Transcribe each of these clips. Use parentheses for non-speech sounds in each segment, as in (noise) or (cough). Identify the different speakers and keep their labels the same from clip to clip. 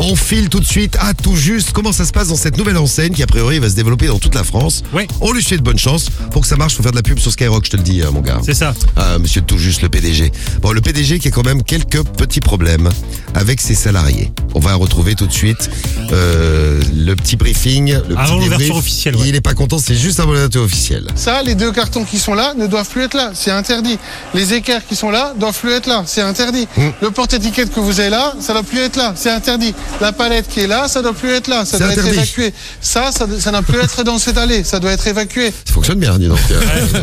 Speaker 1: On file tout de suite à tout juste comment ça se passe dans cette nouvelle enseigne qui a priori va se développer dans toute la France.
Speaker 2: Oui.
Speaker 1: On lui souhaite bonne chance. Pour que ça marche, faut faire de la pub sur Skyrock, je te le dis, euh, mon gars.
Speaker 2: C'est ça.
Speaker 1: Ah, monsieur tout juste le PDG. Bon, le PDG qui a quand même quelques petits problèmes avec ses salariés. On va retrouver tout de suite euh, le petit briefing. Le
Speaker 2: Avant
Speaker 1: petit
Speaker 2: l'ouverture
Speaker 1: débrief.
Speaker 2: officielle, ouais.
Speaker 1: Il est pas content, c'est juste avant l'ouverture officielle.
Speaker 3: Ça, les deux cartons qui sont là ne doivent plus être là, c'est interdit. Les équerres qui sont là doivent plus être là, c'est interdit.
Speaker 1: Hmm.
Speaker 3: Le porte-étiquette que vous avez là, ça doit plus être là, c'est interdit. La palette qui est là, ça doit plus être là, ça
Speaker 1: C'est
Speaker 3: doit être
Speaker 1: interdit.
Speaker 3: évacué. Ça, ça ça n'a plus être dans cette allée, ça doit être évacué.
Speaker 1: Ça fonctionne bien,
Speaker 2: (laughs)
Speaker 1: dis donc.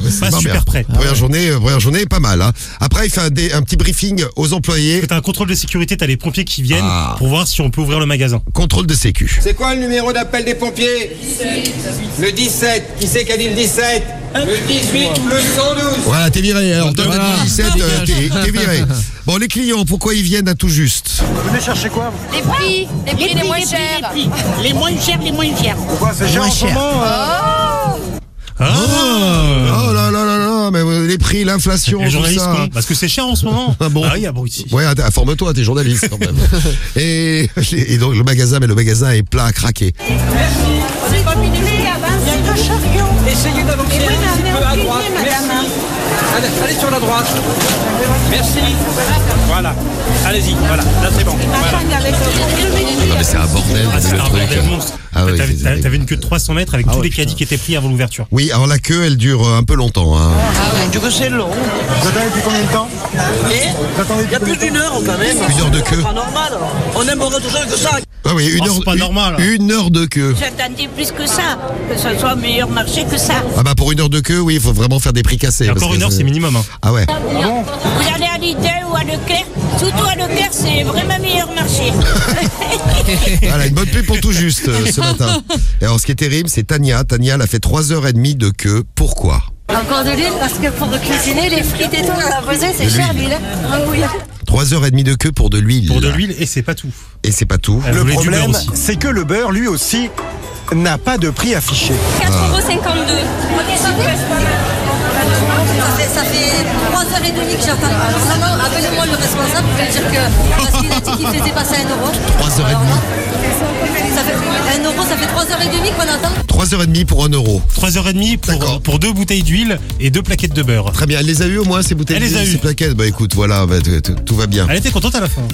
Speaker 1: C'est
Speaker 2: pas
Speaker 1: pas
Speaker 2: super
Speaker 1: bien.
Speaker 2: prêt.
Speaker 1: Première journée, euh, première journée, pas mal. hein. Après, il fait un, dé- un petit briefing aux employés.
Speaker 2: T'as un contrôle de sécurité, t'as les pompiers qui viennent
Speaker 1: Ah.
Speaker 2: pour voir si on peut ouvrir le magasin.
Speaker 1: Contrôle de sécu.
Speaker 4: C'est quoi le numéro d'appel des pompiers Le 17. Qui c'est qui a dit le 17 Le 18 ou le 112
Speaker 1: Voilà, t'es viré. Alors, t'as
Speaker 5: Voilà.
Speaker 1: le 17, euh, t'es t'es
Speaker 2: (laughs)
Speaker 1: viré. Bon, les clients, pourquoi ils viennent à tout juste
Speaker 6: Les prix, les prix les, moins
Speaker 7: prix,
Speaker 6: chers.
Speaker 7: Les, prix, les moins chers, les moins chers.
Speaker 2: Ah.
Speaker 1: Oh là là là là, mais euh, les prix, l'inflation,
Speaker 2: les
Speaker 1: tout
Speaker 2: journalistes,
Speaker 1: ça.
Speaker 2: quoi. parce que c'est cher en ce moment.
Speaker 1: (laughs) Ah bon
Speaker 2: Ah oui, ah bon, ici.
Speaker 1: Ouais, attends, informe-toi, t'es journaliste quand
Speaker 2: (laughs)
Speaker 1: même. et, (laughs) et donc le magasin, mais le magasin est plein à craquer.
Speaker 4: Essayez d'avancer un petit peu à droite. Merci. Allez, allez sur la droite. Merci. Voilà. Allez-y. Voilà. Là, c'est bon. Voilà.
Speaker 1: Non mais c'est un bordel,
Speaker 2: Ah, c'est
Speaker 1: le
Speaker 2: un
Speaker 1: truc.
Speaker 2: bordel monstre.
Speaker 1: Ah oui,
Speaker 2: T'avais-
Speaker 1: c'est-
Speaker 2: t'avais t'avais une queue de 300 mètres
Speaker 1: Ah
Speaker 2: avec tous les caddies qui étaient pris avant l'ouverture.
Speaker 1: Oui, alors la queue, elle dure euh, un peu longtemps. hein.
Speaker 4: Du coup, c'est long. Vous attendez depuis combien de temps Il y a plus d'une heure quand même.
Speaker 2: Ah,
Speaker 1: Une heure de queue.
Speaker 4: normal. On aimerait toujours que ça.
Speaker 1: Ah oui, une
Speaker 2: Oh,
Speaker 1: heure.
Speaker 2: c'est pas
Speaker 1: une-
Speaker 2: normal.
Speaker 1: Une heure de queue.
Speaker 7: J'attendais plus que ça, que ce soit meilleur marché que ça.
Speaker 1: Ah bah pour une heure de queue, oui, il faut vraiment faire des prix cassés.
Speaker 2: Et
Speaker 1: parce
Speaker 2: encore
Speaker 1: que
Speaker 2: une heure, c'est minimum. hein.
Speaker 1: Ah ouais.
Speaker 7: Vous allez à Lidl ou à Leclerc, surtout à Leclerc, c'est vraiment meilleur marché.
Speaker 1: Voilà, Ah, une bonne pub pour tout juste euh, ce matin. Et alors ce qui est terrible, c'est Tania. Tania, elle a fait 3h30 de queue. Pourquoi
Speaker 8: Encore de l'huile parce que pour cuisiner les frites et tout, on a posé, c'est
Speaker 1: De
Speaker 8: cher
Speaker 1: l'huile.
Speaker 8: l'huile. Ah oui.
Speaker 1: 3h30 de queue pour de l'huile.
Speaker 2: Pour de l'huile, et c'est pas tout.
Speaker 1: Et c'est pas tout.
Speaker 2: Elle
Speaker 9: Le
Speaker 2: voulait du beurre
Speaker 9: problème,
Speaker 2: aussi.
Speaker 9: c'est que le beurre, lui aussi, n'a pas de prix affiché.
Speaker 8: 4,52 ça fait, ça fait 3h30 que j'attends. Alors, Non, non, appelez-moi le responsable pour lui dire que. Parce qu'il a dit qu'il faisait passer 1 euro.
Speaker 1: 3h30.
Speaker 8: Ça fait 1 euro, ça fait 3h30 qu'on attend.
Speaker 1: 3h30 pour 1 euro.
Speaker 2: 3h30
Speaker 1: D'accord.
Speaker 2: pour, pour deux bouteilles d'huile et deux plaquettes de beurre.
Speaker 1: Très bien, elle les a eu au moins ces bouteilles
Speaker 2: Elle les
Speaker 1: d'huile,
Speaker 2: a
Speaker 1: ces
Speaker 2: eues.
Speaker 1: plaquettes Bah écoute, voilà, bah, t- t- tout va bien.
Speaker 2: Elle était contente à la fin.